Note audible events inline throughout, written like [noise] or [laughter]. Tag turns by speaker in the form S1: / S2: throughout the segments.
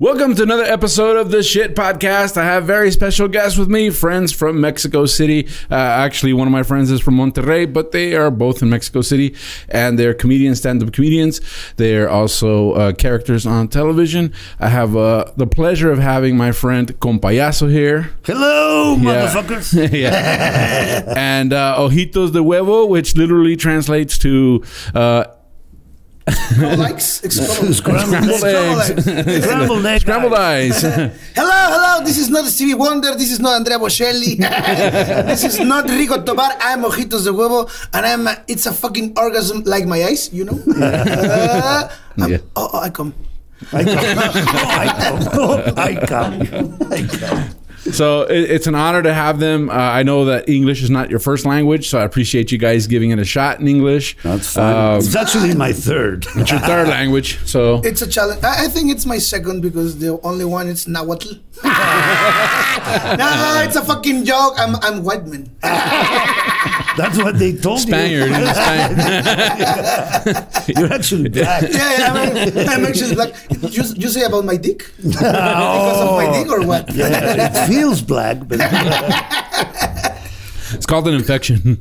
S1: Welcome to another episode of the Shit Podcast. I have very special guests with me, friends from Mexico City. Uh, actually, one of my friends is from Monterrey, but they are both in Mexico City, and they're comedians, stand-up comedians. They are also uh, characters on television. I have uh, the pleasure of having my friend Compayaso here. [laughs]
S2: Hello,
S1: Yeah. [laughs]
S2: motherfuckers.
S1: yeah. And uh, ojitos de huevo, which literally translates to uh,
S3: likes
S2: Scrambled
S1: Scrambled eggs.
S2: eggs. Scrambled eggs.
S1: scrambled eyes.
S3: Hello, hello. This is not Stevie Wonder. This is not Andrea Bocelli. [laughs] this is not Rico Tobar. I'm Ojitos de Huevo, and I'm. A, it's a fucking orgasm like my eyes, you know. Uh, I'm-
S1: Yeah.
S3: oh, oh, I come.
S2: I come. Oh, I come. Oh, I come.
S1: so it, it's an honor to have them. Uh, I know that English is not your first language, so I appreciate you guys giving it a shot in English.
S4: That's fine.
S1: Um,
S2: It's actually
S1: [laughs]
S2: my third.
S1: it's your third language, so
S3: It's a challenge. I, I think it's my second because the only one is Nahuatl. no, it's a fucking joke. I'm I'm white man.
S2: That's what they told
S1: Spaniard.
S2: you.
S1: Spaniard.
S2: You're actually black.
S3: Yeah, yeah I'm, I'm actually black. You, you say about my dick? Because of my dick or what?
S2: Oh. Yeah, it feels black, but
S1: [laughs] it's called an infection.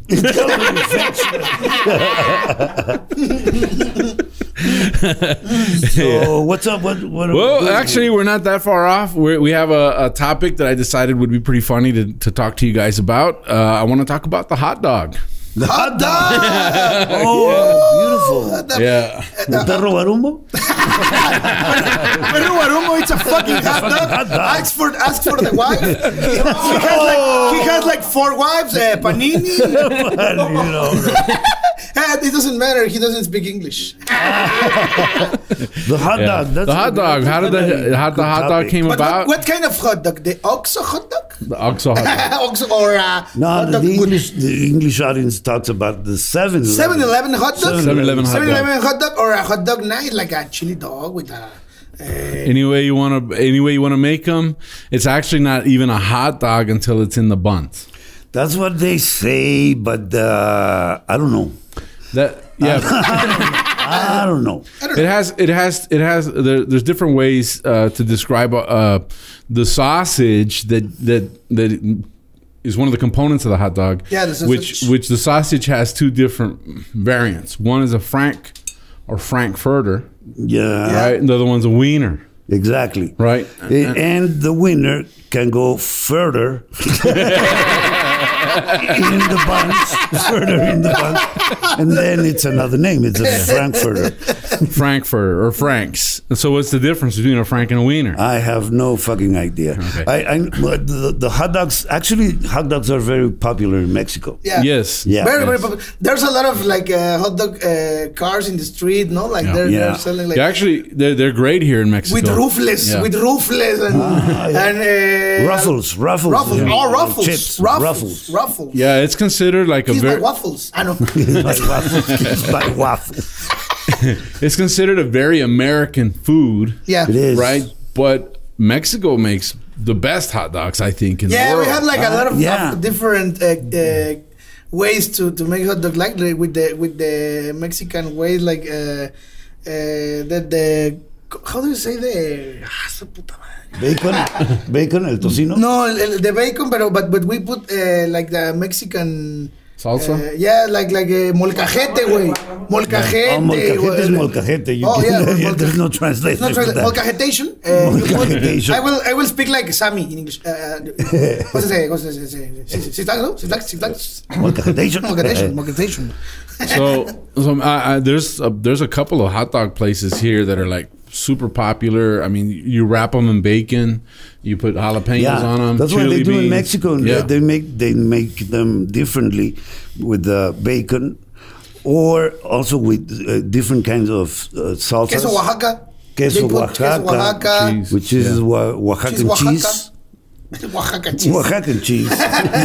S2: so what's up? What? what
S1: Well,
S2: what-
S1: actually, we're not that far off. We're, we have a, a topic that I decided would be pretty funny to, to talk to you guys about. Uh, I want to talk about the hot dog.
S3: Hot
S1: [laughs]
S3: dog.
S2: oh, beautiful.
S1: Yeah.
S2: The perro barumbo.
S3: Peru Arumo, it's a fucking hot dog.
S2: hot dog.
S3: Ask for ask for the wife. he, has like, he has like four wives. Uh, panini.
S2: [laughs] you know,
S3: Eh, it doesn't matter. He doesn't speak English.
S2: the hot
S1: Yeah.
S2: dog. That's
S1: the hot
S2: a-
S1: dog. How did the how the
S2: Good
S1: hot dog
S2: topic.
S1: came
S3: But
S1: about?
S3: what, what kind of hot dog? The oxo hot dog?
S1: The Oxo hot dog.
S3: [laughs] oxo or uh,
S2: No,
S3: hot
S2: the
S3: dog with
S2: English, the English audience talks about the 7
S3: 7-Eleven hot dog.
S1: 7-Eleven hot
S3: 7-Eleven hot dog or a hot dog night like a chili dog with a. Uh,
S1: Any way you want to, any way you want to make them. It's actually not even a hot dog until it's in the buns.
S2: That's what they say, but uh, I don't know.
S1: That
S3: [laughs]
S1: yeah,
S2: I don't know.
S1: it has it has it has. There, there's different ways uh, to describe uh, the sausage that that that is one of the components of the hot dog.
S3: Yeah, the sausage.
S1: which which the sausage has two different variants. One is a frank or frankfurter,
S2: Yeah,
S1: right? And the other one's a wiener,
S2: exactly.
S1: right?
S2: A- And the winner can go further in the buns, further in the buns, and then it's another name. It's a Frankfurter.
S1: Frankfurter or Franks. So what's the difference between a frank and a wiener?
S3: Uh,
S2: I have no fucking idea.
S1: Okay.
S2: I, I but the, the hot dogs actually hot dogs are very popular in Mexico.
S3: yeah.
S1: Yes.
S2: Yeah.
S3: Very, very
S1: Yes.
S3: popular. There's a lot of like uh, hot dog uh, cars in the street, no? Like they're,
S2: Yeah.
S3: they're selling like
S1: Yeah, actually, they're, they're great here in Mexico.
S3: with roofless,
S1: Yeah.
S3: with roofless and and uh,
S2: Ah, Ruffles, ruffles,
S3: ruffles,
S2: yeah.
S3: oh ruffles,
S2: chips,
S3: ruffles,
S2: ruffles.
S3: ruffles,
S1: Yeah, it's considered like a
S3: These
S1: very.
S3: are waffles. I
S2: [laughs]
S3: know.
S2: By waffles, it's by waffles.
S1: It's considered a very American food,
S3: Yeah.
S2: It is
S1: right? But Mexico makes the best hot dogs, I think, in the
S3: Yeah, we
S1: world.
S3: have like a lot of,
S2: yeah.
S3: of different uh, uh, ways to, to make hot dog, like the- with the with the Mexican way, like uh, uh, that the how do you say the ah, su puta madre.
S2: bacon, bacon, el tocino.
S3: no el- el- the bacon, pero but but we put uh, like the Mexican.
S1: salsa.
S3: Uh, yeah, like like uh, molcajete, güey. Molcajete.
S2: Oh, molcajete is
S3: güey.
S2: molcajete. You
S3: oh,
S2: can, [laughs]
S3: yeah, well,
S2: yeah,
S3: molca-
S2: there's no translation.
S3: No,
S2: for
S3: sorry,
S2: that.
S3: molcajetation. Uh, you put-
S2: Molcajetation.
S3: I will I will speak like Sami in English. Uh, Uh, ¿Cómo se dice? ¿Cómo se dice? Si- si- ¿Sitax, no? ¿Sitax? ¿Sitax?
S2: Molcajetation.
S3: Molcajetation,
S2: [laughs]
S3: molcajetation.
S1: So, so I, I, there's a, there's a couple of hot dog places here that are like super popular. I mean, you wrap them in bacon, you put jalapenos
S2: Yeah,
S1: on them.
S2: that's what
S1: chili
S2: they do in
S1: beans.
S2: Mexico. and
S1: Yeah.
S2: They make they make them differently with the bacon, or also with uh, different kinds of uh, salsas.
S3: Queso Oaxaca.
S2: Queso
S3: They put
S2: Oaxaca,
S3: Queso Oaxaca.
S1: cheese.
S2: which is
S1: Yeah.
S2: Oa- Oaxacan
S3: Cheese Oaxaca.
S2: cheese.
S3: [laughs] Oaxaca cheese.
S2: Oaxacan
S1: [laughs]
S2: cheese.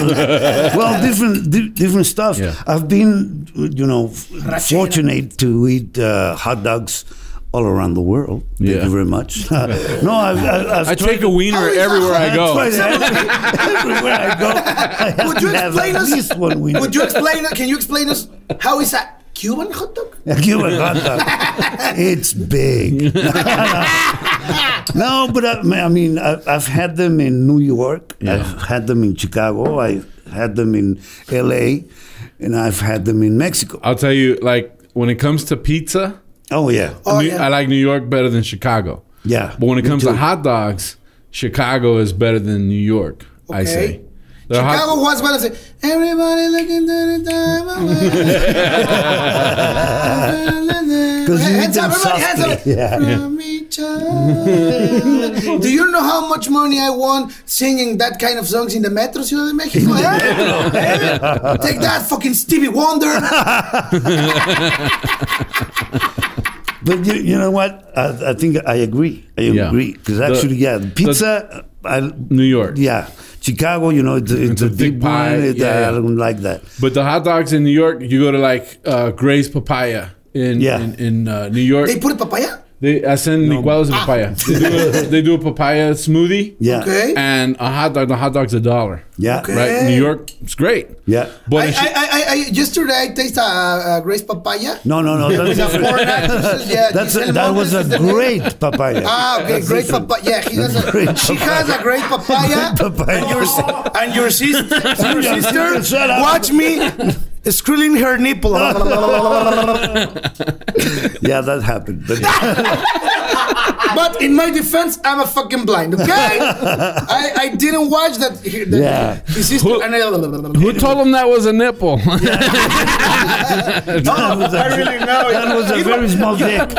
S2: well, different di- different stuff.
S1: Yeah.
S2: I've been, you know, f-
S3: Rachel.
S2: fortunate to eat uh, hot dogs all around the world. Thank
S1: Yeah.
S2: you very much. [laughs] no, I've, I've, I've
S1: I
S2: tried-
S1: take a wiener
S3: Oh, yeah.
S1: everywhere I go.
S2: Twice every- [laughs] everywhere I go, I have
S3: Would you
S2: to have
S3: explain
S2: at
S3: us?
S2: least one wiener.
S3: Would you explain? Can you explain us how is a Cuban hot dog?
S2: A Cuban hot dog. It's big. [laughs] no, but uh, I, I mean, I, I've had them in New York. I've had them in Chicago. I had them in L.A. And I've had them in Mexico.
S1: I'll tell you, like when it comes to pizza,
S2: Oh yeah,
S3: Oh,
S1: New-
S3: yeah.
S1: I like New York better than Chicago.
S2: yeah.
S1: But when it
S2: me
S1: comes
S2: too.
S1: to hot dogs, Chicago is better than New York. I
S3: Okay.
S1: say. Their hot-
S3: Chicago was when I say everybody looking to the
S2: [laughs]
S3: time. of night."
S2: 'Cause you eat
S3: Hands
S2: them
S3: up, everybody, hands up.
S2: softly. [laughs] Yeah.
S3: From each other. Do you know how much money I won singing that kind of songs in the metro Ciudad
S2: [laughs]
S3: de Mexico? Eh? Eh? Take that, fucking Stevie Wonder.
S2: but you, you know what? I, I think I agree. I
S1: Yeah.
S2: agree because
S1: The-
S2: actually, yeah, the pizza. I,
S1: New York.
S2: yeah, Chicago. You know, it's, it's,
S1: a
S2: a
S1: thick
S2: deep
S1: pie.
S2: pie. One, it,
S1: Yeah, yeah.
S2: I don't like that.
S1: But the hot dogs in New York, you go to like uh, Gray's Papaya in
S2: Yeah.
S1: in, in uh, New York.
S3: they Ah. put a papaya.
S1: They hacen licuados de papaya. They do, a, they do a papaya smoothie.
S2: Yeah,
S3: Okay.
S1: And a hot dog. The hot dog's a dollar.
S2: yeah,
S3: Okay.
S1: Right.
S3: Hey.
S1: New York, it's great.
S2: yeah.
S1: But
S3: I,
S1: in Chi-
S3: I, I, I, yesterday I taste a, a Grace
S2: [laughs]
S3: papaya.
S2: No, no, no. That's
S3: These are
S2: different.
S3: foreign actresses, yeah,
S2: That's a,
S3: Giselle
S2: that was a
S3: Montes is the-
S2: great papaya.
S3: Ah, okay, great papaya. Yeah, he has a,
S2: Great
S3: she
S2: papaya.
S3: has a great papaya. Oh.
S2: Great papaya.
S3: And your, si- and your sister, [laughs] your
S2: Your
S3: sister
S2: sister, shut up.
S3: watch me screwing her [laughs] nipple.
S2: Yeah, that happened.
S3: [laughs]
S2: But
S3: but in my defense, I'm a fucking blind, okay? [laughs] I, I didn't watch that. that
S2: Yeah.
S3: His sister,
S1: Who-
S3: and I, [laughs]
S1: who told him that was a nipple? [laughs]
S3: No, I
S2: [laughs]
S3: really know.
S2: that was a
S3: Even-
S2: very
S3: [laughs]
S2: small dick.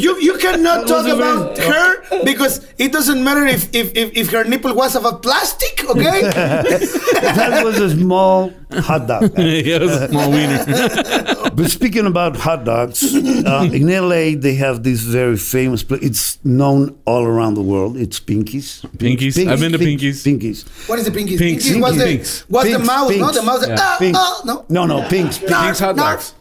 S3: you you cannot talk
S2: was a very-
S3: about her because it doesn't matter if if, if, if her nipple was of a plastic, okay? [laughs]
S2: That was a small hot dog.
S1: it was a small wiener.
S2: But speaking about hot dogs, uh, in LA they have this very famous place. It's known all around the world. It's Pinkies.
S1: Pinkies? I've been to Pinkies.
S2: Pinkies.
S3: what is the pinky?
S1: Pinks.
S3: Pinky was
S1: Pinks.
S3: the was the
S2: Pinks,
S3: mouse, no?
S2: pinks.
S3: The mouse.
S1: Yeah.
S3: Ah,
S2: Pinks.
S3: ah, no.
S2: No, no, Pinks. Pinkies.
S1: Pinks hot
S3: Narc,
S1: dogs.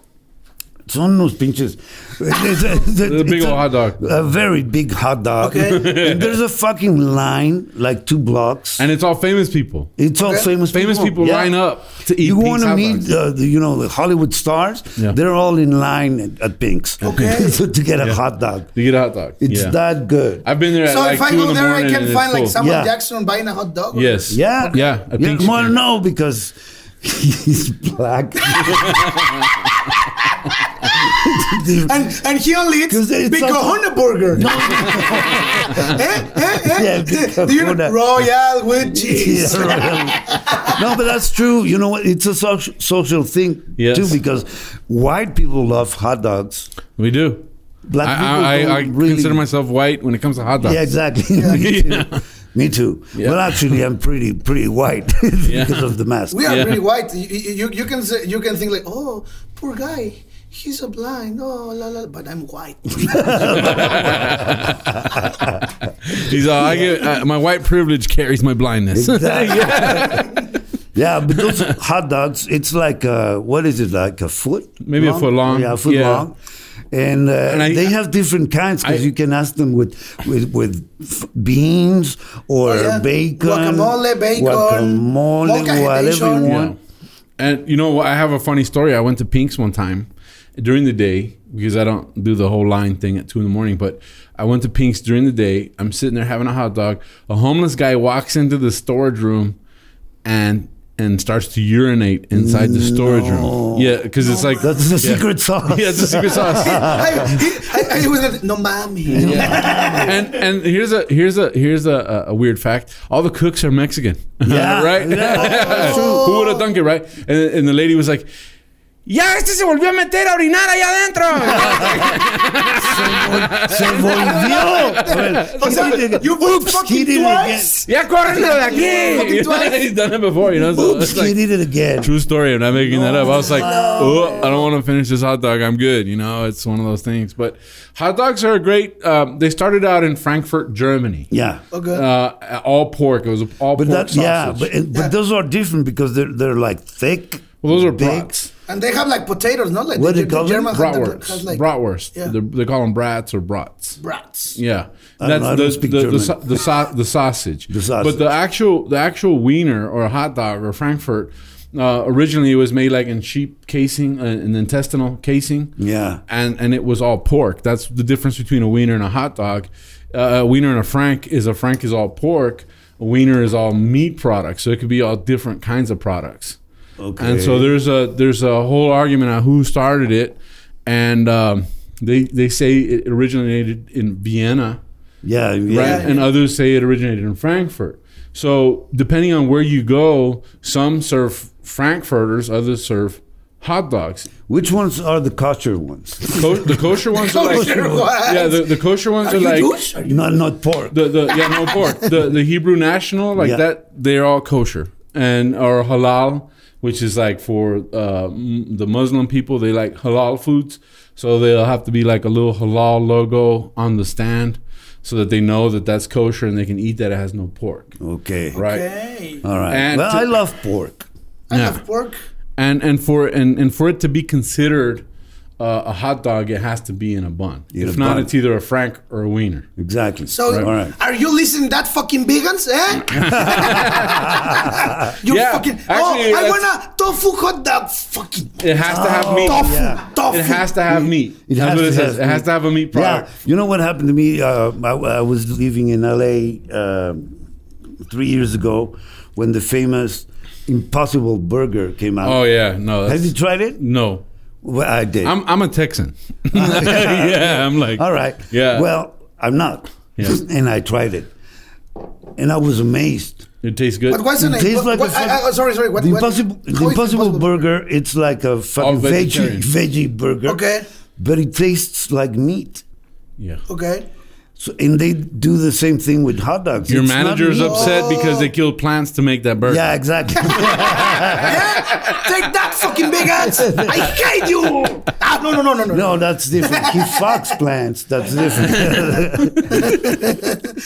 S2: Son unos pinches. It's a, it's a-
S1: The big
S2: it's
S1: old
S2: a-
S1: hot dog.
S2: A very big hot dog.
S3: Okay.
S2: And there's a fucking line, like two blocks.
S1: And it's all famous people.
S2: It's all
S3: Okay.
S2: famous
S1: Famous people
S2: Yeah.
S1: line up to eat
S2: You
S1: Pink's
S2: want to
S1: hot
S2: meet,
S1: dogs.
S2: uh, the, you know, the Hollywood stars.
S1: Yeah.
S2: They're all in line at, at Pink's
S3: Okay.
S2: [laughs] so to get a hot dog.
S1: You get a hot dog.
S2: It's
S1: yeah.
S2: that good.
S1: I've been there at
S3: So
S1: like
S3: if I
S1: two in
S3: go
S1: the
S3: there, I
S1: morning
S3: can
S1: and
S3: find
S1: it's
S3: like
S1: full.
S3: someone
S2: Yeah.
S3: Jackson buying a hot dog.
S1: Yes.
S2: yeah,
S1: Yeah. A Pink's
S2: well,
S1: chicken.
S2: no, because [laughs] he's black.
S3: And and he only eats
S2: 'Cause it's
S3: Big
S2: not-
S3: Kahuna burger. [laughs] eh, eh, eh?
S2: Yeah, Big
S3: Do you know,
S2: Kahuna.
S3: Royal
S2: [laughs]
S3: with
S2: Yeah,
S3: cheese.
S2: right. no, but that's true. You know what? It's a social, social thing
S1: Yes.
S2: too because white people love hot dogs.
S1: We do.
S2: Black people
S1: I, I, I, I
S2: don't really-
S1: consider myself white when it comes to hot dogs.
S2: Yeah, exactly. [laughs] Me too. Me too. Well, actually, I'm pretty pretty white [laughs] because of the mask.
S3: We are
S1: Yeah.
S3: really white. You, you, you- you can say, you can think like, oh, poor guy, he's a blind. Oh, la la, la," but I'm white.
S2: [laughs]
S1: He's all, I get, uh, my white privilege carries my blindness. [laughs]
S2: Yeah, but those hot dogs, it's like uh what is it like a foot?
S1: Maybe a foot long,
S2: Yeah, a foot
S1: yeah.
S2: long. And, uh,
S1: I-
S2: they have different kinds because
S1: I-
S2: you can ask them with with, with f- beans or
S3: Oh, yeah.
S2: bacon,
S3: Guacamole, bacon,
S2: guacamole,
S3: mocajitation.
S2: whatever you
S3: Yeah.
S2: want.
S1: And you know, what? I have a funny story. I went to Pink's one time during the day because I don't do the whole line thing at two in the morning. But I went to Pink's during the day. I'm sitting there having a hot dog. A homeless guy walks into the storage room and and starts to urinate inside the storage room. Yeah, because it's like
S2: That's the
S1: yeah.
S2: secret sauce.
S1: Yeah, it's a secret
S2: [laughs]
S1: sauce.
S3: I, I, I, I was like, no mami.
S1: [laughs] and and here's a here's a here's a, a weird fact. All the cooks are Mexican. [laughs]
S2: Yeah.
S1: right.
S2: Yeah.
S1: [laughs] Who would have thunk it, right? And, and the lady was like,
S4: ¡Ya este se volvió a meter a orinar allá adentro!
S2: ¡Se
S3: [laughs]
S2: volvió! A ver,
S3: O sea,
S2: he did it-
S3: you pooped
S2: he
S3: fucking
S2: did it
S3: twice?
S4: ¡Ya córrenlo de
S1: [laughs]
S4: aquí!
S1: He's done it before, you know. So
S2: again.
S1: it's
S2: Oops,
S1: like,
S2: he did it again.
S1: true story. I'm not making that up. I was like, oh, I don't want to finish this hot dog. I'm good. You know, it's one of those things. But hot dogs are great. Um, they started out in Frankfurt, Germany.
S2: Yeah.
S3: Okay.
S1: Uh, all pork. It was all
S2: But
S1: pork
S2: that,
S1: sausage.
S2: yeah, but, and- but those are different because they're they're like thick.
S1: well, those are
S2: big.
S1: brats.
S3: And they have like potatoes, not like
S2: What
S3: the,
S2: they call
S3: the German hot dog
S1: Bratwurst.
S3: has like
S1: Bratwurst.
S3: Yeah.
S1: They're- They call them brats or brats.
S3: brats.
S1: Yeah,
S2: I don't know, I
S1: that's
S2: don't
S1: the
S2: speak
S1: the, the,
S2: German.
S1: sa- the, sa- the sausage.
S2: The sausage.
S1: But the actual the actual wiener or hot dog or Frankfurt uh, originally it was made like in sheep casing, uh, an intestinal casing.
S2: Yeah.
S1: and and it was all pork. That's the difference between a wiener and a hot dog. Uh, a wiener and a frank is a frank is all pork. A wiener is all meat products. So it could be all different kinds of products.
S2: Okay.
S1: And so there's a there's a whole argument on who started it, and um, they they say it originated in Vienna,
S2: Yeah, yeah.
S1: right? And others say it originated in Frankfurt. So depending on where you go, some serve Frankfurters, others serve hot dogs.
S2: Which ones are the kosher ones?
S1: Co- the kosher ones are like
S3: Kosher ones.
S1: yeah, the, the kosher ones are,
S3: Are you
S1: like
S3: Jewish? Are you-
S2: Not not pork.
S1: the the yeah no pork the the Hebrew national like
S2: Yeah.
S1: that they're all kosher and or halal which is like for uh, m- the Muslim people they like halal foods so they'll have to be like a little halal logo on the stand so that they know that that's kosher and they can eat that it has no pork
S2: Okay.
S1: right
S3: Hey,
S2: All right.
S1: And
S2: well,
S1: to-
S2: I love pork.
S3: I
S1: Uh, Yeah.
S3: have pork.
S1: and and for and, and for it to be considered uh, a hot dog it has to be in a bun
S2: In a
S1: if not
S2: bun.
S1: it's either a frank or a wiener
S2: Exactly.
S3: So,
S2: all right.
S3: are you listening that fucking
S2: [laughs]
S3: vegans, eh? you
S1: Yeah,
S3: fucking.
S1: actually,
S3: oh, I
S1: that's-
S3: wanna tofu hot dog. Fucking
S1: it has to have
S2: Oh,
S1: meat
S3: tofu,
S2: yeah.
S3: tofu.
S1: It has to have meat.
S2: It
S1: That's
S2: has
S1: what
S2: to
S1: it says.
S2: have
S1: It has
S2: meat.
S1: to have a meat
S2: Yeah,
S1: product.
S2: you know what happened to me? Uh, I, I was living in LA um three years ago when the famous Impossible Burger came out.
S1: Oh yeah, no.
S2: Have
S1: that's-
S2: you tried it?
S1: No,
S2: Well, I did.
S1: I'm I'm a Texan. [laughs] yeah, I'm like.
S2: All right.
S1: Yeah.
S2: Well, I'm not.
S1: Yeah.
S2: [laughs] and I tried it, and I was amazed.
S1: it tastes good.
S3: But what's the
S2: It
S3: name?
S2: tastes
S3: What,
S2: like
S3: what,
S2: a fuck-
S3: I, I, sorry, sorry. What,
S2: the
S3: what-
S2: impossible,
S3: how is
S2: the impossible, burger. It's like a fucking
S1: vegetarian.
S2: veggie veggie burger.
S3: Okay.
S2: But it tastes like meat.
S1: yeah.
S3: Okay.
S2: So, and they do the same thing with hot dogs.
S1: Your
S2: It's not
S1: manager's
S2: meat.
S1: upset because they killed plants to make that burger.
S2: Yeah, exactly. [laughs]
S3: yeah? Take that, fucking vegans. I hate you. Ah, no, no, no, no, no.
S2: no, that's different.
S3: [laughs]
S2: He fucks plants. That's different.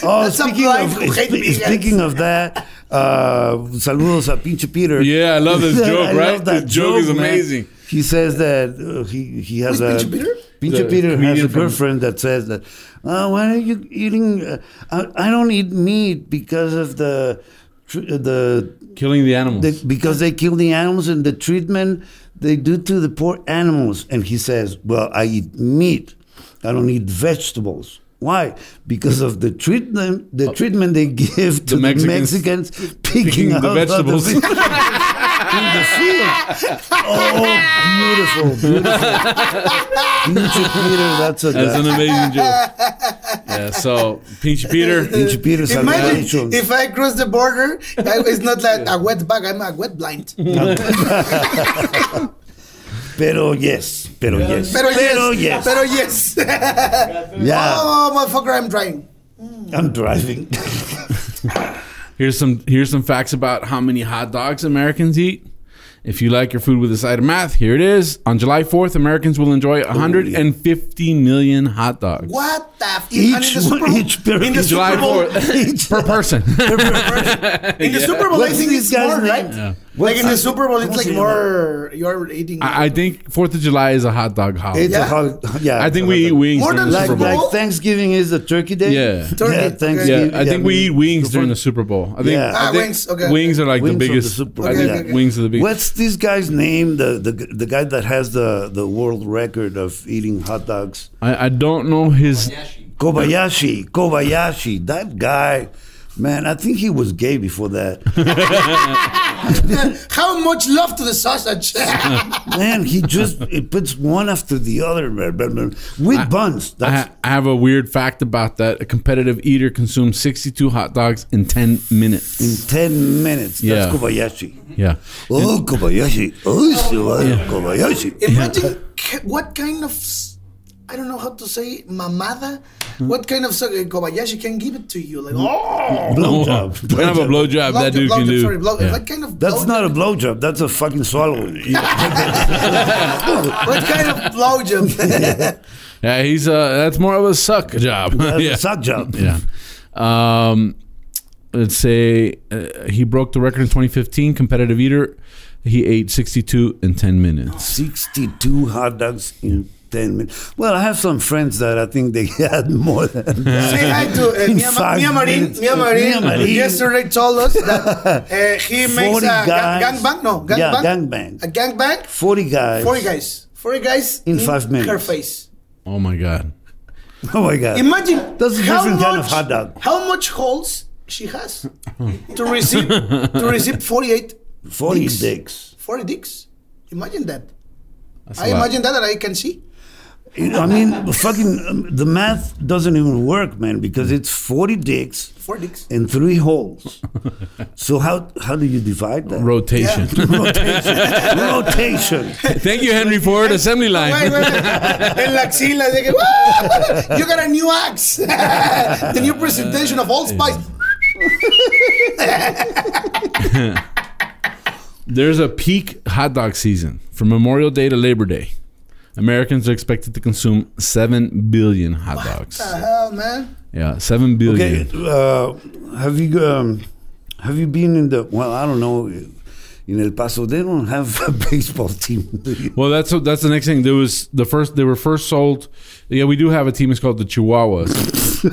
S2: oh,
S3: That's a
S2: speaking
S3: blind
S2: of
S3: who hate
S2: spe-
S3: vegans.
S2: speaking of that, uh, saludos a pinche Peter.
S1: Yeah, I love this joke,
S2: [laughs] I love
S1: right?
S2: that
S1: This joke is
S2: man.
S1: amazing.
S2: He says that uh, he he has
S3: Who's
S2: a
S3: Pinche Peter?
S1: The
S2: Pinche Peter has
S1: comedian
S2: a
S1: from-
S2: girlfriend that says that. Uh, why are you eating? Uh, I, I don't eat meat because of the tr- the
S1: Killing the animals.
S2: they, because they kill the animals and the treatment they do to the poor animals. And he says, Well, I eat meat, I don't eat vegetables. Why? Because of the treatment the treatment they give to the
S1: Oh. Mexicans
S2: Mexicans, picking, [laughs]
S1: picking the
S2: out of
S1: vegetables.
S2: the vegetables in the field. Oh, beautiful, beautiful. Pinche Peter, that's a
S1: [laughs] That's an
S2: guy.
S1: amazing joke.
S2: [laughs]
S1: Yeah. So, Pinchy Peter.
S2: Pinche Peter
S3: Imagine
S2: salvation.
S3: if I cross the border, I, it's not like a wet bag, I'm a wet blind.
S2: Pero yes, pero yes,
S3: Pero yes.
S2: pero yes. Ah.
S3: Pero yes.
S2: yeah,
S3: [laughs] oh, motherfucker, I'm drying.
S2: I'm driving.
S1: Here's some here's some facts about how many hot dogs Americans eat. If you like your food with a side of math, here it is. On July 4th, Americans will enjoy 150 million hot dogs
S3: What the? f-
S2: Each
S3: and in
S2: one-
S3: the Super
S2: [laughs]
S3: Bowl-
S2: each per-
S3: in the
S2: each
S1: July
S3: Super Bowl,
S1: 4th. [laughs]
S2: Each-
S1: per person.
S3: in the Super Bowl, I
S2: What's
S3: think
S2: this
S3: it's
S2: guy's
S3: more,
S2: name?
S3: right?
S1: Yeah.
S3: Like in the
S2: What's-
S3: Super Bowl, it's
S2: what's
S3: like
S2: his
S3: more. You're eating.
S1: [laughs] I, I think Fourth of July is a hot dog holiday.
S2: It's
S3: Yeah.
S2: a hol- [laughs] yeah.
S1: I
S2: it's
S1: think
S2: a
S1: we eat
S2: holiday.
S1: wings
S3: More
S1: during
S3: than
S1: the
S2: like,
S1: Super
S3: Super
S1: Bowl.
S2: like
S3: Bowl?
S2: Thanksgiving is the turkey day.
S1: Yeah.
S3: Turkey,
S2: yeah,
S3: okay.
S2: Thanksgiving.
S1: yeah, I think we
S2: mean,
S1: eat wings
S2: Super
S1: during
S2: Bowl.
S1: the Super Bowl. I think,
S2: Yeah.
S1: I
S3: Ah,
S1: think
S3: wings, okay,
S1: wings are like
S2: Wings of
S1: the
S2: the
S1: biggest.
S2: Super
S1: I
S2: Bowl,
S1: think
S3: yeah. Okay,
S1: wings are the biggest.
S2: What's this guy's name? The the the guy that has the the world record of eating hot dogs.
S1: I, I don't know his.
S2: Kobayashi, Kobayashi, that guy. Man, I think he was gay before that.
S3: How much love to the
S1: [laughs]
S3: sausage? [laughs]
S2: Man, he just it puts one after the other man, man, man. with buns.
S1: I,
S2: That's
S1: ha- I have a weird fact about that. A competitive eater consumes 62 hot dogs in 10 minutes.
S2: in ten minutes.
S1: Yeah.
S2: That's Kobayashi.
S1: Yeah.
S2: Oh, Kobayashi. Oh, Shiva- Kobayashi.
S3: Imagine k- what kind of, s- I don't know how to say, it, mamada, what kind of so- Kobayashi can give it to you. Like, oh,
S1: [laughs]
S2: Blowjob.
S1: What kind of a blowjob Mm. that
S3: Blowjob,
S1: dude can
S3: blowjob,
S1: do?
S3: Sorry, blow,
S1: Yeah.
S3: What kind of
S2: That's
S3: blowjob-
S2: not a blowjob. That's a
S1: [laughs]
S2: fucking swallowing.
S3: What kind of
S2: [laughs]
S3: blowjob? [laughs]
S1: Yeah, he's uh that's more of a suck
S3: [laughs]
S1: job.
S2: That's
S1: yeah.
S2: a sock job.
S1: yeah. Um, let's say uh, he broke the record in 2015 competitive eater. He ate 62 in 10 minutes.
S2: 62 hot dogs in 10 minutes. Well, I have some friends that I think they [laughs] had more than that.
S3: Say hi to uh,
S2: In
S3: Mia, Ma-
S2: five
S3: Mia Marin.
S2: minutes.
S3: Mia Marin.
S2: Mia Marin.
S3: Yesterday told us that
S2: [laughs]
S3: uh, he makes
S2: 40
S3: a ga-
S2: guys.
S3: gangbang. No, gangbang.
S2: Yeah, gangbang.
S3: A gangbang.
S2: 40 guys.
S3: 40 guys. 40 guys
S2: In five minutes.
S3: Her face.
S1: Oh my god.
S2: Oh my God.
S3: Imagine.
S2: That's a
S3: how
S2: different kind of
S3: much-
S2: hot dog.
S3: How much holes she has to receive to receive 48
S2: 40
S3: dicks.
S2: dicks.
S3: 40 dicks. Imagine that.
S1: That's a
S3: I
S1: lot.
S3: imagine that and I can see.
S2: You know, I mean, fucking, um, the math doesn't even work, man, because it's 40 dicks
S3: 4
S1: [laughs]
S3: dicks.
S2: and three holes. So how how do you divide that?
S1: rotation.
S2: Rotation. Rotation.
S1: [laughs] Thank you,
S3: [laughs]
S1: Henry Ford. Assembly line.
S3: Wait, wait, wait. [laughs] En la axila, de que, "Woo! [laughs] You got a new axe. [laughs] the new presentation of Allspice.
S1: There's a peak hot dog season from Memorial Day to Labor Day. Americans are expected to consume 7 billion hot dogs.
S3: The hell, man.
S1: Yeah, 7 billion.
S2: Okay, uh, have you um, have you been in the? Well, I don't know. In El Paso, they don't have a [laughs] baseball team. do you? [laughs]
S1: Well, that's that's the next thing. There was the first. They were first sold. Yeah, we do have a team. It's called the Chihuahuas.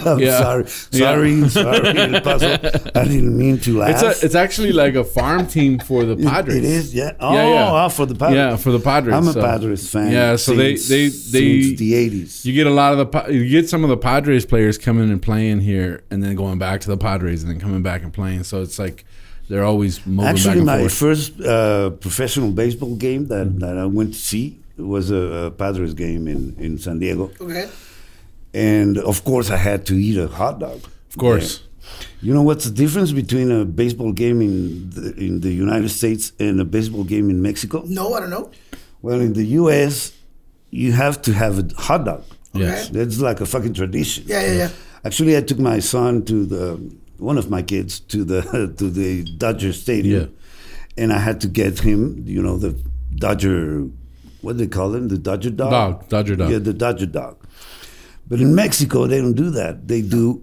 S2: I'm
S1: Yeah.
S2: sorry,
S1: Yeah.
S2: sorry, sorry, El Paso. I didn't mean to laugh.
S1: It's a, it's actually like a farm team for the
S2: It-
S1: Padres.
S2: It is, yeah. Oh,
S1: Yeah, yeah.
S2: ah, for the Padres.
S1: Yeah, for the Padres,
S2: I'm a
S1: so-
S2: Padres fan.
S1: Yeah, so they-
S2: since-
S1: they- they-
S2: since the '80s.
S1: You get a lot of the Pa- you get some of the Padres players coming and playing here, and then going back to the Padres, and then coming back and playing. So it's like they're always moving back
S2: Actually,
S1: and
S2: my
S1: forth. Mm-hmm.
S2: first uh, professional baseball game that, that I went to see was a, a Padres game in, in San Diego.
S3: Okay.
S2: And of course, I had to eat a hot dog.
S1: of course,
S2: You know what's the difference between a baseball game in the, in the United States and a baseball game in Mexico?
S3: No, I don't know.
S2: Well, in the U.S., you have to have a hot dog.
S1: yes.
S3: Okay.
S2: That's like a fucking tradition.
S3: Yeah, yeah, yeah.
S2: Actually, I took my son to the one of my kids to the [laughs] to the Dodger Stadium,
S1: Yeah.
S2: and I had to get him, you know, the Dodger, what do they call him, the Dodger dog,
S1: Dog, Dodger dog.
S2: yeah, the Dodger dog. But in Mexico, they don't do that. They do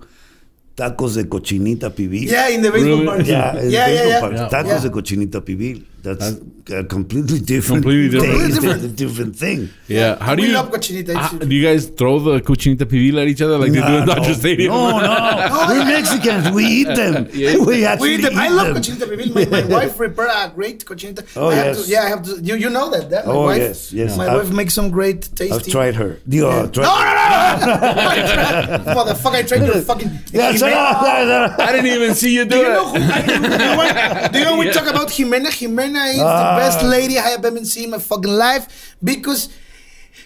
S2: tacos de cochinita pibil.
S3: Yeah, in the baseball
S1: Really?
S3: park.
S2: Yeah,
S3: yeah,
S2: in
S3: yeah,
S2: baseball
S3: yeah.
S2: parks,
S1: Yeah.
S2: tacos
S3: Yeah.
S2: de cochinita pibil. That's a completely different,
S1: Completely different.
S2: taste,
S3: Completely different.
S2: a [laughs] different thing.
S1: Yeah. How do
S3: We
S1: you
S3: love cochinita. It's-
S1: Ah, do you guys throw the cochinita pibil at each other like they do
S2: Nah,
S1: at Dodger Stadium?
S2: No, no. We're Mexicans. We eat
S3: [laughs]
S2: them. We actually
S3: We eat them. I
S2: eat
S3: love
S2: them.
S3: cochinita pibil.
S2: [laughs]
S3: My, my wife prepared a great cochinita.
S2: Oh,
S3: I have
S2: yes.
S3: To, yeah, I have to. You, you know that. that my
S2: Oh,
S3: wife,
S2: yes, yes.
S3: My
S2: I've-
S3: wife makes some great tasty.
S2: I've tried her. The, uh, tried
S3: No,
S2: [laughs]
S3: no, no, no. [laughs] Motherfucker, I tried to fucking.
S2: Yeah, shut up, shut up.
S1: I didn't even see you do
S3: Do you
S1: it.
S3: know who? do you want- do you want we talk about Jimena? Jimena is
S2: Ah.
S3: the best lady I have ever seen in my fucking life because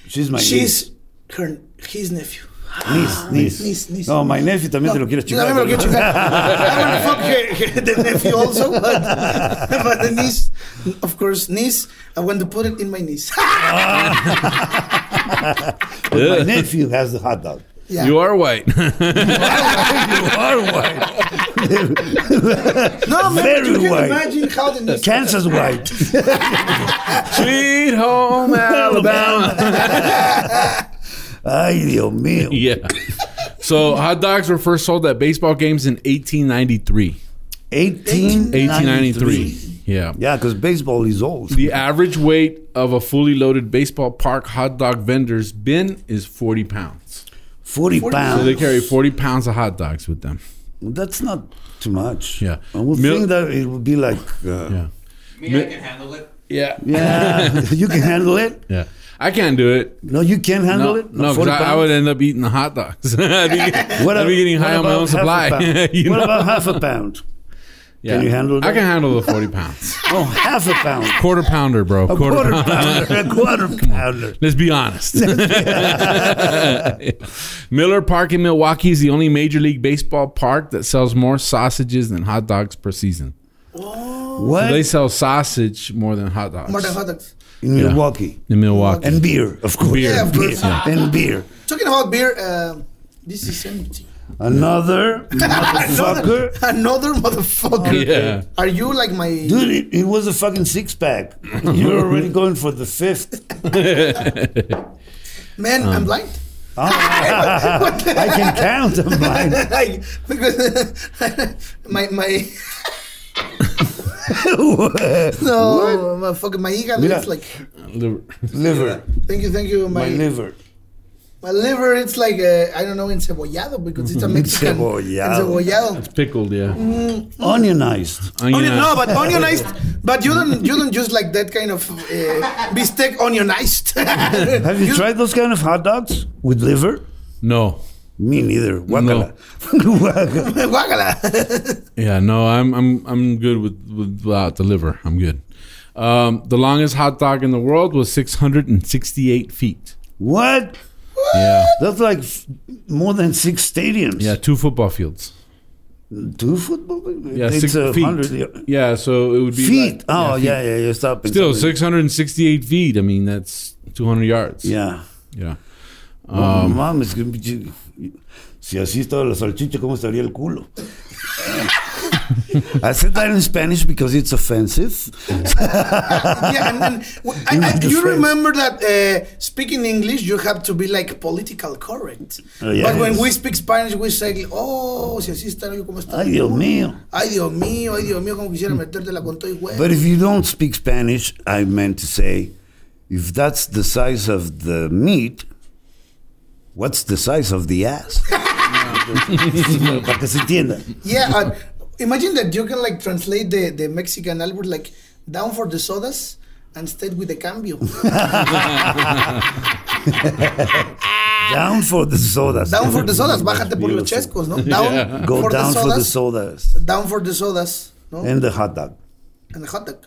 S2: She's my
S3: she's
S2: [gasps]
S3: her his nephew.
S2: niece. Niece, niece.
S3: niece, niece.
S2: No, my nephew también te lo quiere
S3: You know, I
S2: chingar.
S3: remember get you back. I want to fuck her, her- the nephew also, but, [laughs] but the niece, of course, niece. I want to put it in my niece.
S2: But [laughs] my nephew has the hot dog.
S3: yeah.
S1: You are white.
S2: you are white.
S3: no, man,
S2: very
S3: you can
S2: white.
S3: imagine how the niece.
S2: Kansas
S3: [laughs]
S2: white.
S1: Sweet home Alabama. [laughs]
S2: Ay, Dios mío.
S1: yeah. So hot dogs were first sold at baseball games in 1893.
S2: 1893.
S1: 1893. Yeah.
S2: Yeah, because baseball is old.
S1: The average weight of a fully loaded baseball park hot dog vendor's bin is 40 pounds.
S2: 40
S1: So they
S2: pounds.
S1: carry 40 pounds of hot dogs with them.
S2: That's not too much.
S1: Yeah.
S2: I would
S1: Mil-
S2: think that it would be like, uh,
S1: Yeah.
S5: Me, I can handle it.
S1: Yeah.
S2: yeah,
S1: [laughs]
S2: you can handle it.
S1: Yeah. I can't do it.
S2: No, you can't handle
S1: No,
S2: it.
S1: no, 'cause
S2: 40
S1: I, I
S2: pounds?
S1: would end up eating the hot dogs. [laughs] I'd be,
S2: What
S1: I'd
S2: ab-
S1: be getting high
S2: what
S1: on my
S2: about
S1: own
S2: half a
S1: supply.
S2: pound?
S1: [laughs] You
S2: what
S1: know?
S2: about half a pound?
S1: Yeah.
S2: Can you handle that?
S1: I can handle the 40 pounds.
S2: Oh, half a pound.
S1: [laughs] Quarter pounder, bro.
S2: A quarter, pounder. A
S1: [laughs]
S2: quarter pounder.
S1: Let's be honest. [laughs] Miller Park in Milwaukee is the only Major League Baseball park that sells more sausages than hot dogs per season.
S2: What?
S1: They sell sausage more than hot dogs.
S3: More than hot dogs.
S2: In Milwaukee.
S1: in Milwaukee.
S2: And beer, of course.
S1: Beer. Yeah,
S3: of course.
S2: And beer.
S3: Talking about beer, uh, this is empty. [laughs]
S2: Another
S3: Another,
S2: motherfucker.
S3: [laughs] another motherfucker.
S1: Yeah.
S3: Are you like my?
S2: Dude, it, it was a fucking six
S1: [laughs]
S2: pack. You're already going for the
S3: [laughs]
S2: fifth.
S3: Man,
S2: Um.
S3: I'm blind. [laughs]
S2: Ah, Oh, I can count. I'm blind.
S3: like because [laughs] my my [laughs] no my fucking my ego
S2: Mira.
S3: it's like
S1: Liver.
S2: liver.
S3: thank you thank you my
S2: My
S3: my,
S2: liver.
S3: liver it's like uh, I don't know encebollado because
S2: [laughs]
S3: it's a Mexican
S2: Encebollado.
S3: encebollado.
S1: [laughs] Pickled, yeah.
S2: Onionized.
S3: Onion, Oh, no, but onionized. But you don't you don't use like that kind of uh, bistec onionized.
S2: [laughs] Have you, tried those kind of hot dogs with liver?
S1: No.
S2: Me neither. [laughs] Guacala. Guaca-
S3: [laughs] Guacala.
S1: Yeah, no, I'm I'm I'm good with, with without the liver. I'm good. Um, the longest hot dog in the world was 668 feet.
S2: what?
S1: Yeah,
S2: That's like f- more than six stadiums.
S1: yeah, two football fields.
S2: Two football.
S1: Yeah,
S2: it's
S1: six
S2: a
S1: feet.
S2: hundred yeah.
S1: Yeah, so it would be
S2: feet.
S1: like-
S2: oh yeah, yeah, yeah. Stop. and
S1: Still,
S2: stop it.
S1: 668 feet. I mean, that's 200 yards.
S2: Yeah.
S1: Yeah.
S2: No
S1: Um,
S2: mames, que pinche- si así estaba la salchicha, ¿cómo estaría el
S1: [laughs]
S2: culo? I said that in Spanish because it's offensive.
S3: yeah, and then w- I-
S2: You
S3: I-
S2: have to
S3: you
S2: say.
S3: remember that uh, speaking English, you have to be like political correct.
S2: Oh, yeah,
S3: but when
S2: yes.
S3: we speak Spanish, we say, oh, si así está, yo como está.
S2: Ay, Dios mío. Mm.
S3: Ay, Dios mío, ay, Dios mío, como quisiera metértela con todo y huevo.
S2: But if you don't speak Spanish, I meant to say, if that's the size of the meat, what's the size of the
S3: [laughs]
S2: ass? Para que se entienda.
S3: Yeah, and imagine that you can like translate the, the Mexican Albert like down for the sodas and stayed with the cambio. [laughs]
S2: Down for the sodas.
S3: down for the sodas, bájate por los chescos, ¿no? Down
S2: Go
S3: for
S2: down
S3: the
S2: for the
S3: sodas.
S2: sodas
S3: down for the sodas, ¿no?
S2: and the hot dog
S3: and the hot dog.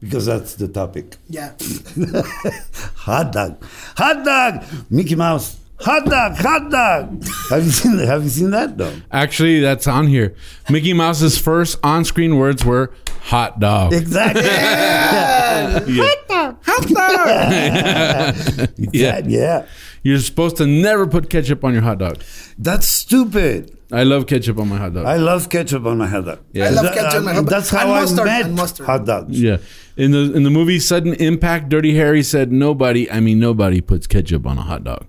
S2: because that's the topic. [laughs]
S3: Yeah.
S2: Hot dog, hot dog, Mickey Mouse, hot dog, hot dog. Have you seen? Have you seen that
S3: [laughs]
S2: though?
S1: Actually, that's on here. Mickey Mouse's first on screen words were hot dog.
S2: Exactly.
S1: [laughs]
S2: [laughs]
S1: Yeah.
S2: yeah,
S1: You're supposed to never put ketchup on your hot dog.
S2: that's stupid.
S1: I love ketchup on my hot dog.
S2: I love ketchup on my hot dog.
S1: I
S3: love
S2: That-
S3: ketchup on my
S2: and
S3: hot dog.
S2: That's how
S3: And
S2: I
S3: mustard,
S2: met
S3: and mustard.
S2: hot dogs.
S1: yeah. In the in the movie Sudden Impact, Dirty Harry said nobody, I mean nobody puts ketchup on a hot dog.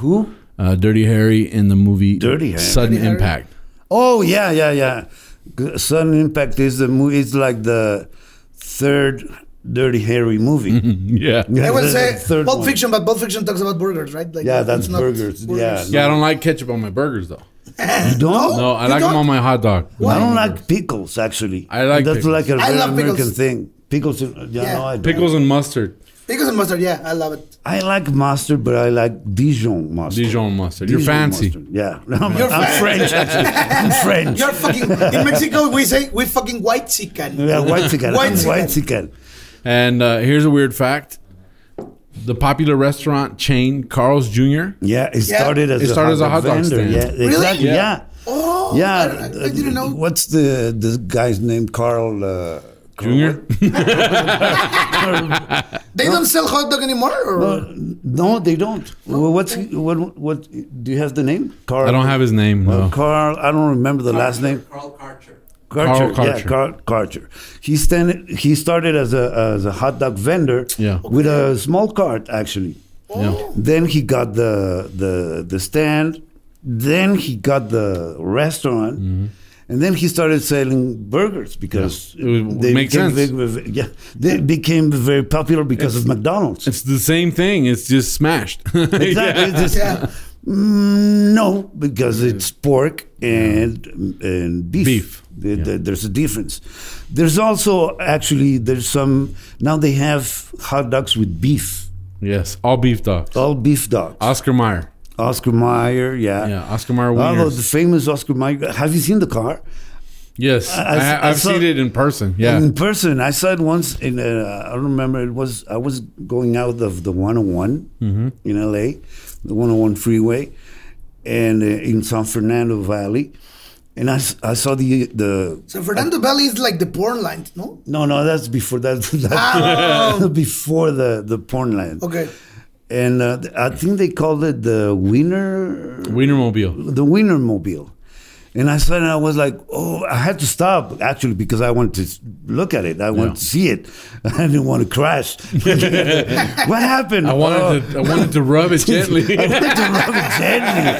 S2: Who?
S1: Uh, Dirty Harry in the movie
S2: Dirty Harry.
S1: Sudden
S3: Dirty Harry.
S1: Impact. [laughs]
S2: Oh yeah, yeah, yeah. G- Sudden Impact is the movie. It's like the third Dirty Harry movie.
S1: Yeah. yeah.
S3: I
S2: The
S3: will say
S2: third
S3: Pulp
S2: one.
S3: Fiction, but Pulp Fiction talks about burgers, right? Like,
S2: Yeah,
S3: it's
S2: that's
S3: not
S2: burgers. Yeah.
S1: I don't like ketchup on my burgers though.
S2: You don't?
S1: No, I
S3: You
S1: like them
S3: don't?
S1: on my hot dog.
S2: I don't like pickles actually.
S1: I like
S2: that's
S1: pickles.
S2: like a
S3: I
S2: very
S3: love
S2: American
S3: pickles.
S2: thing. Pickles, in- yeah,
S3: Yeah.
S2: No, I don't.
S1: Pickles and mustard.
S3: Pickles and mustard, yeah, I love it.
S2: I like mustard, but I like Dijon mustard.
S1: Dijon mustard. You're
S2: Dijon
S1: fancy.
S2: mustard. Yeah, [laughs] No, I'm,
S3: You're
S2: I'm
S3: fancy.
S2: French. Actually.
S3: [laughs]
S2: I'm French.
S3: Eh, You're fucking
S2: [laughs]
S3: in Mexico. We say we fucking white chicken.
S2: yeah, white chicken.
S3: White
S2: I'm White chicken.
S1: And uh, here's a weird fact: the popular restaurant chain Carl's Jr.
S2: Yeah, it
S3: Yeah.
S2: started as
S1: It
S2: a
S1: started as
S2: hot
S1: a hot dog
S2: vendor.
S1: stand.
S2: Yeah,
S1: Really?
S2: exactly.
S1: Yeah.
S2: Yeah,
S3: Oh,
S2: yeah.
S3: I, I didn't
S2: Uh,
S3: know.
S2: What's the the guy's name? Carl. Uh, Carl-
S1: Jr.
S3: They don't sell hot dog anymore. Or?
S2: Uh, no, they don't.
S3: Oh,
S2: Well, what's what? What? Do you have the name? Carl.
S1: I don't have his name
S2: Uh,
S1: though.
S2: Carl. I don't remember the last name.
S5: Carl Karcher.
S2: Karcher,
S1: Carl
S2: yeah,
S1: Karcher.
S2: Carl Karcher. He stand, He started as a as a hot dog vendor
S1: Yeah.
S2: with a small cart actually.
S3: Oh.
S1: Yeah.
S2: Then he got the the the stand. Then he got the restaurant. And then he started selling burgers because
S1: Mm-hmm. Yeah. It would
S2: they
S1: make
S2: became
S1: sense.
S2: Very, yeah, they became very popular because of McDonald's.
S1: It's the same thing. It's just smashed. [laughs]
S2: Exactly.
S1: Yeah.
S2: Just-
S3: Yeah.
S2: Mm, no, because it's pork and and beef.
S1: Beef.
S2: The- the- there's a difference. There's also actually there's some now they have hot dogs with beef,
S1: Yes, all beef dogs.
S2: all beef dogs.
S1: Oscar Mayer.
S2: Oscar Mayer, yeah.
S1: Ah. Yeah, Oscar Mayer
S2: Although
S1: wieners.
S2: the famous Oscar Mayer, have you seen the car?
S1: Yes, I,
S2: I- I
S1: have
S2: saw-
S1: seen it in person. Yeah,
S2: in person. I saw it once in uh, I don't remember it was I was going out of the 101 in LA, the 101 freeway, and uh, in San Fernando Valley, and I, s- I saw the the
S3: So Fernando Valley is like the porn line, no?
S2: no no that's before that, [laughs] that
S3: Ah.
S2: [laughs] before the the porn land.
S3: Okay.
S2: And uh, th- I think they called it the Wiener
S1: Wienermobile.
S2: the Wiener Mobile. And I saw it and I was like, oh, I had to stop actually because I wanted to s- look at it. I wanted to see it. [laughs] I didn't want to crash. [laughs] what happened?
S1: I
S2: Oh,
S1: wanted to, I wanted to rub
S2: [laughs]
S1: it gently.
S2: I wanted to rub it gently.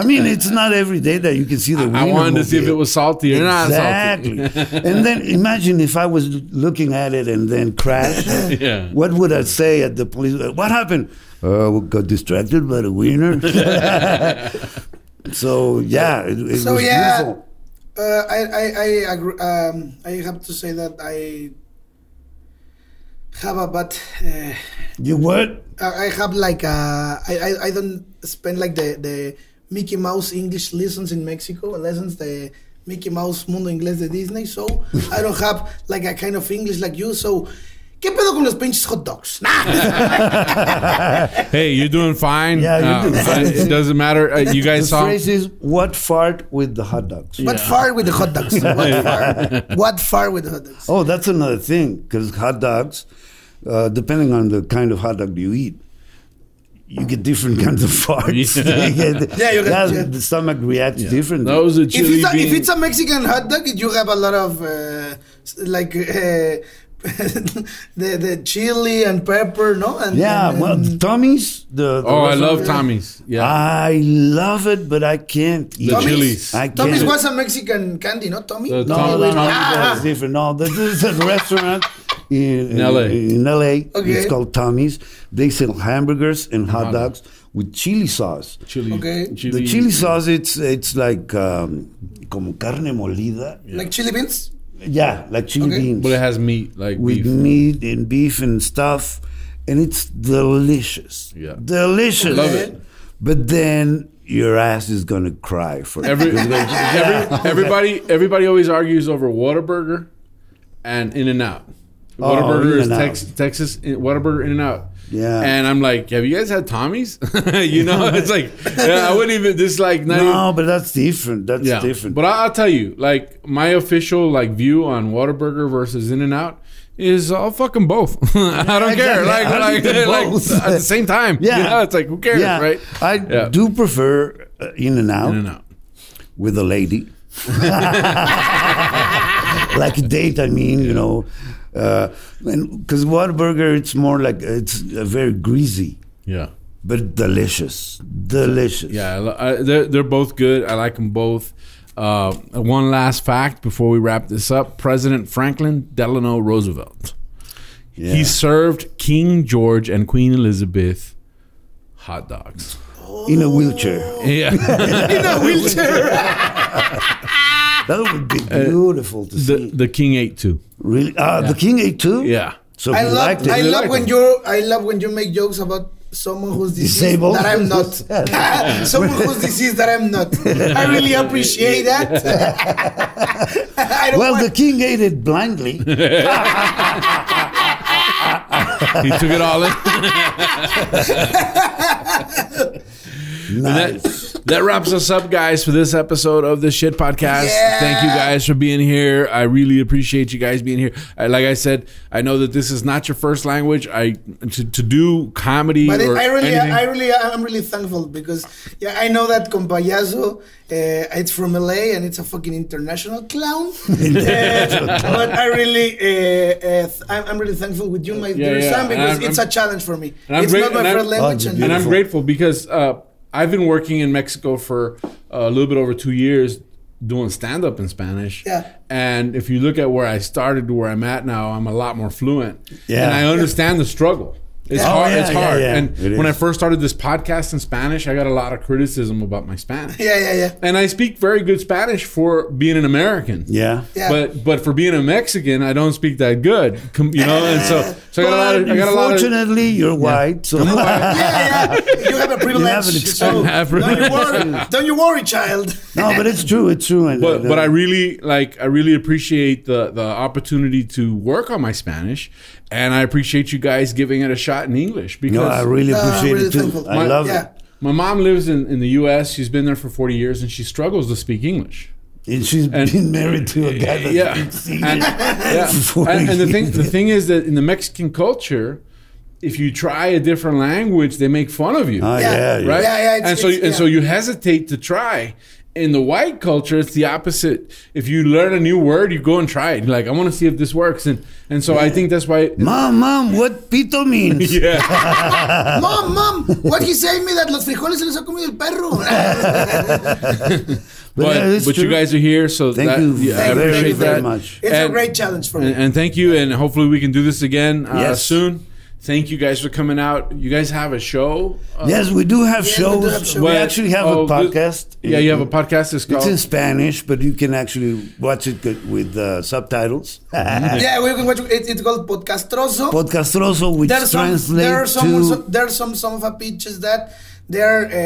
S2: I mean, it's not every day that you can see the Wiener
S1: I wanted to see if it
S2: Mobile.
S1: was salty or not. salty.
S2: Exactly. and then imagine if I was l- looking at it and then crashed.
S1: [laughs] Yeah.
S2: What would I say at the police? What happened? Uh, we got distracted by the
S1: [laughs]
S2: wiener. [laughs] so yeah, it, it
S3: So
S2: was
S3: yeah,
S2: beautiful.
S3: uh, I I I agree, um, I have to say that I have a bad. Uh,
S2: You what?
S3: I I have like a, I, I, I don't spend like the, the Mickey Mouse English lessons in Mexico, lessons the Mickey Mouse Mundo Inglés de Disney, so I don't have like a kind of English like you, so ¿qué pedo con los pinches hot dogs? Nah.
S1: Hey, you're doing fine.
S2: Yeah, you're doing fine.
S1: It doesn't matter. Uh, you
S2: The
S1: guys saw.
S2: phrase is "What fart with the hot dogs."
S3: What far with the hot dogs? What far? What far with the hot dogs?
S2: Oh, that's another thing because hot dogs, uh, depending on the kind of hot dog you eat, you get different [laughs] kinds of
S1: [laughs]
S2: farts.
S1: Yeah.
S3: Yeah, you get-
S2: That's-
S3: yeah.
S2: the stomach reacts differently.
S1: That was a
S3: If
S1: chili
S3: it's, a,
S1: bean.
S3: if it's a Mexican hot dog, you have a lot of uh, s- like uh, [laughs] the the chili and pepper, no? And,
S2: Yeah,
S3: and-
S2: well, the Tommy's. The, the
S1: oh, I
S2: rest of
S1: love
S2: it-
S1: Tommy's. Yeah,
S2: I love it, but I can't eat
S1: Tommy's-
S2: it.
S1: chilies.
S2: I
S3: Tommy's
S2: can't.
S3: was a Mexican candy, no, Tommy?
S1: The
S2: no,
S1: Tom-
S2: no, no,
S3: Tommy's.
S2: that's different. No, this is a restaurant in,
S1: In LA.
S2: In LA,
S3: Okay.
S2: it's called Tommy's. They sell hamburgers and hot dogs with chili sauce.
S1: chili.
S3: Okay.
S2: The chili sauce, it's it's like um, como carne molida. Yeah,
S3: Like chili
S2: [laughs]
S3: beans?
S2: like chili
S3: Okay.
S2: beans
S1: but it has meat like
S2: with
S1: beef.
S2: meat and beef and stuff, and it's delicious.
S1: Yeah.
S2: delicious.
S1: Love it.
S2: But then your ass is gonna cry for [laughs]
S1: Every, [laughs]
S2: it.
S1: every- everybody, everybody always argues over Whataburger and In and Out.
S2: Oh,
S1: Whataburger is
S2: In-N-Out.
S1: Tex, Texas. eh, Whataburger In and Out.
S2: Yeah.
S1: And I'm like, have you guys had Tommy's? [laughs] you know, it's like yeah, I wouldn't even. This is like not even,
S2: No, but that's different. That's
S1: yeah.
S2: different.
S1: But I, I'll tell you, like my official like view on Whataburger versus In and Out. Is I'll fucking both. [laughs] I don't care.
S2: exactly.
S1: Like,
S2: I'll
S1: like,
S2: eat them
S1: like,
S2: both.
S1: at the same time.
S2: Yeah.
S1: You know, it's like who cares,
S2: yeah,
S1: right?
S2: I
S1: Yeah.
S2: do prefer uh, In and
S1: In
S2: Out
S1: and Out.
S2: with a
S1: [laughs]
S2: lady. like a date, I mean, you know, because Whataburger, it's more like it's uh, very greasy,
S1: Yeah.
S2: but delicious, delicious.
S1: Yeah, I lo- I, they're, they're both good. I like them both. Uh, one last fact before we wrap this up President Franklin Delano Roosevelt.
S2: Yeah.
S1: He served King George and Queen Elizabeth hot
S2: [laughs]
S1: dogs.
S2: in a wheelchair.
S1: Yeah.
S3: In a wheelchair.
S2: That would be
S1: [laughs]
S2: beautiful to see.
S1: Uh, the, the King ate too.
S2: really, uh, the King ate too.
S1: Yeah.
S2: So
S3: I
S2: he liked
S3: love,
S2: it.
S3: I love
S1: like
S3: when
S1: it.
S3: you I love when you make jokes about someone who's diseased
S2: Disabled?
S3: that
S2: [laughs]
S3: I'm not. [laughs] someone who's diseased that I'm not. I really appreciate that. [laughs] I don't
S2: well,
S3: want,
S2: the King ate it
S1: [laughs]
S2: blindly.
S1: He took it all in.
S2: nice.
S1: that, that wraps us up, guys, for this episode of the Shit Podcast.
S3: Yeah.
S1: Thank you guys for being here. I really appreciate you guys being here. I, like I said, I know that this is not your first language. I to, to do comedy.
S3: but
S1: or
S3: I really,
S1: anything-
S3: I really, I'm really thankful because yeah, I know that Compayazo, uh, it's from LA and it's a fucking
S2: [laughs]
S3: international clown. Uh, but I really, uh, uh, th- I'm I'm really thankful with you, my dear
S1: yeah,
S3: son,
S1: and
S3: because
S1: I'm-
S3: it's
S1: I'm-
S3: a challenge for me.
S1: and I'm
S3: It's
S1: great-
S3: not my
S1: and I'm-
S3: first language,
S2: Oh,
S3: and,
S1: and
S2: beautiful.
S1: I'm grateful because uh, I've been working in Mexico for uh, a little bit over two years doing stand up in Spanish.
S3: Yeah.
S1: And if you look at where I started to where I'm at now, I'm a lot more fluent.
S2: Yeah.
S1: And I understand the struggle. It's
S2: Oh,
S1: hard.
S2: yeah,
S1: it's
S2: yeah,
S1: hard.
S2: yeah.
S1: And
S2: It
S1: when I
S2: is.
S1: first started this podcast in Spanish, I got a lot of criticism about my Spanish.
S3: Yeah, yeah, yeah.
S1: And I speak very good Spanish for being an American.
S2: Yeah.
S3: Yeah.
S1: But but for being a Mexican, I don't speak that good. Com- You know, and so so I got a lot of I got a lot of
S2: Unfortunately, you're white, so
S3: yeah, yeah. You have a privilege.
S2: have an
S3: so
S2: excuse.
S1: Have
S3: don't, you
S1: privilege.
S2: [laughs]
S3: worry, don't you worry, child.
S2: [laughs] no, but it's true. It's true. And,
S1: but
S2: and,
S1: but I
S2: uh,
S1: really like I really appreciate the the opportunity to work on my Spanish, and I appreciate you guys giving it a shot in English because
S2: no, I really
S3: Uh,
S2: appreciate
S3: really
S2: it too.
S3: thankful.
S2: I
S3: My-
S2: love
S3: yeah.
S1: my mom lives in, in the U.S. She's been there for forty years, and she struggles to speak
S2: [laughs]
S1: English.
S2: it. And she's
S1: And-
S2: been married to a guy that
S1: yeah,
S2: speaks
S1: and,
S2: [laughs] English.
S1: yeah.
S2: For
S1: and, and the thing the
S2: years.
S1: thing is that in the Mexican culture, if you try a different language, they make fun of you,
S2: Ah,
S1: right?
S2: yeah,
S3: Yeah.
S2: yeah.
S3: Yeah, yeah, it's-
S1: and so
S3: it's-
S1: and so
S3: yeah.
S1: you hesitate to try. In the white culture, it's the opposite. If you learn a new word, you go and try it. You're like, I want to see if this works, and and so I think that's
S2: [laughs]
S1: why.
S2: Mom, mom, what pito means?
S1: [laughs] Yeah,
S3: mom, mom, what he said me that los frijoles se les ha comido el
S2: [laughs]
S3: perro.
S2: But
S1: but,
S2: yeah, it's
S1: but you
S2: true.
S1: guys are here, so
S2: Thank
S1: that,
S2: you
S1: yeah, I
S2: very,
S1: appreciate
S3: very
S1: that.
S2: much.
S3: it's
S1: And-
S3: a great challenge for me.
S1: And, and thank you, and hopefully we can do this again uh,
S2: Yes.
S1: soon. Thank you guys for coming out. You guys have a show. Uh,
S2: Yes, we do have
S3: Yeah, we do
S2: shows. We,
S3: have shows.
S1: Well,
S2: actually have
S1: oh,
S2: a
S1: the-
S2: podcast.
S1: yeah, you have a podcast. It's
S2: It's
S1: called.
S2: in Spanish, but you can actually watch it good with uh, subtitles. [laughs]
S3: yeah, we can watch. It, it's called Podcastroso.
S2: Podcastroso, which
S3: there are some there are
S2: translates
S3: some
S2: to
S3: there are some some of pitches that they're uh,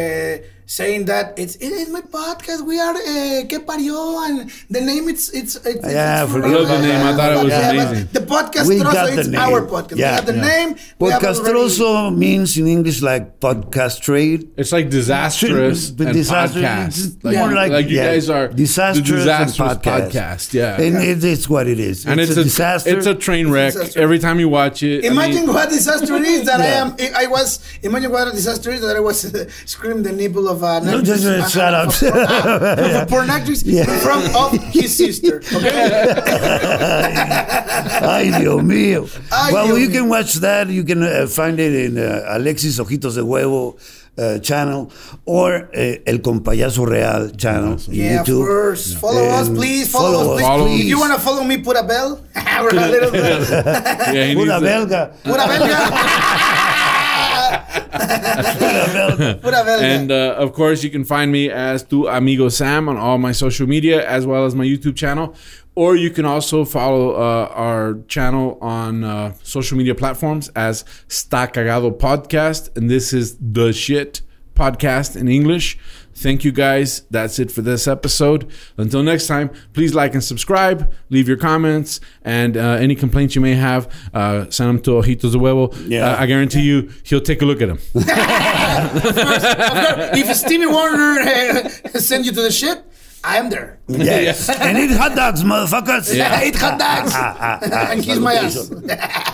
S3: saying that it's it is my podcast we are uh, que parió and the name it's it's it's
S2: Yeah,
S3: it's
S2: I forgot
S1: I love the
S2: about
S1: name. I thought it was
S3: Yeah, but
S1: amazing.
S3: the podcast
S2: We
S3: also,
S2: got the
S3: it's
S2: name.
S3: our podcast
S2: Yeah.
S3: we have the
S2: Yeah.
S3: name we have already-
S2: Podcastroso means in English like podcast trade.
S1: It's like disastrous
S2: But
S1: and
S2: disastrous,
S1: podcast.
S2: it's
S1: Like,
S2: more like-
S1: like you
S2: yeah,
S1: guys are the
S2: disastrous and podcast.
S1: podcast. Yeah,
S2: And it is what it is.
S1: and it's, a,
S2: disaster.
S1: It's a train wreck
S3: disaster.
S1: every time you watch it. I mean,
S3: [laughs] Imagine what disaster it is that I am. I was. Imagine what a disaster it is that I was uh, screaming the nipple of a.
S2: No, just, uh, shut up.
S3: [laughs] Of a porn actress from of his sister. Okay.
S2: [laughs]
S3: [laughs]
S2: Ay, Dios mío.
S3: Ay,
S2: well,
S3: Dios
S2: you
S3: mío.
S2: can watch that. You can uh, find it in uh, Alexis Ojitos de Huevo uh, channel or uh, El Compayazo Real channel in
S3: Yeah, of
S2: YouTube.
S3: course. Follow us,
S2: And
S3: please. Follow, us, please.
S1: Follow
S3: If you wanna follow me, put a bell. [laughs] We're a little
S1: [laughs]
S3: bit.
S1: yeah, he needs
S2: Pura
S1: that.
S2: belga.
S3: Put a bell. yeah. [laughs] Put a bell. yeah.
S1: And uh, of course, you can find me as Tu Amigo Sam on all my social media, as well as my YouTube channel. Or you can also follow uh, our channel on uh, social media platforms as Sta Cagado Podcast. And this is The Shit Podcast in English. Thank you guys. That's it for this episode. Until next time, please like and subscribe, leave your comments, and uh, any complaints you may have, uh, send them to Ojitos de Huevo.
S2: Yeah.
S1: Uh, I guarantee you, he'll take a look at them.
S3: if Stevie Wonder [laughs] uh, send you to the shit, I am there.
S2: Yes. and eat hot dogs, motherfuckers.
S3: I eat hot dogs.
S2: Ah, ah, ah.
S3: and kiss my ass.
S2: Salutation.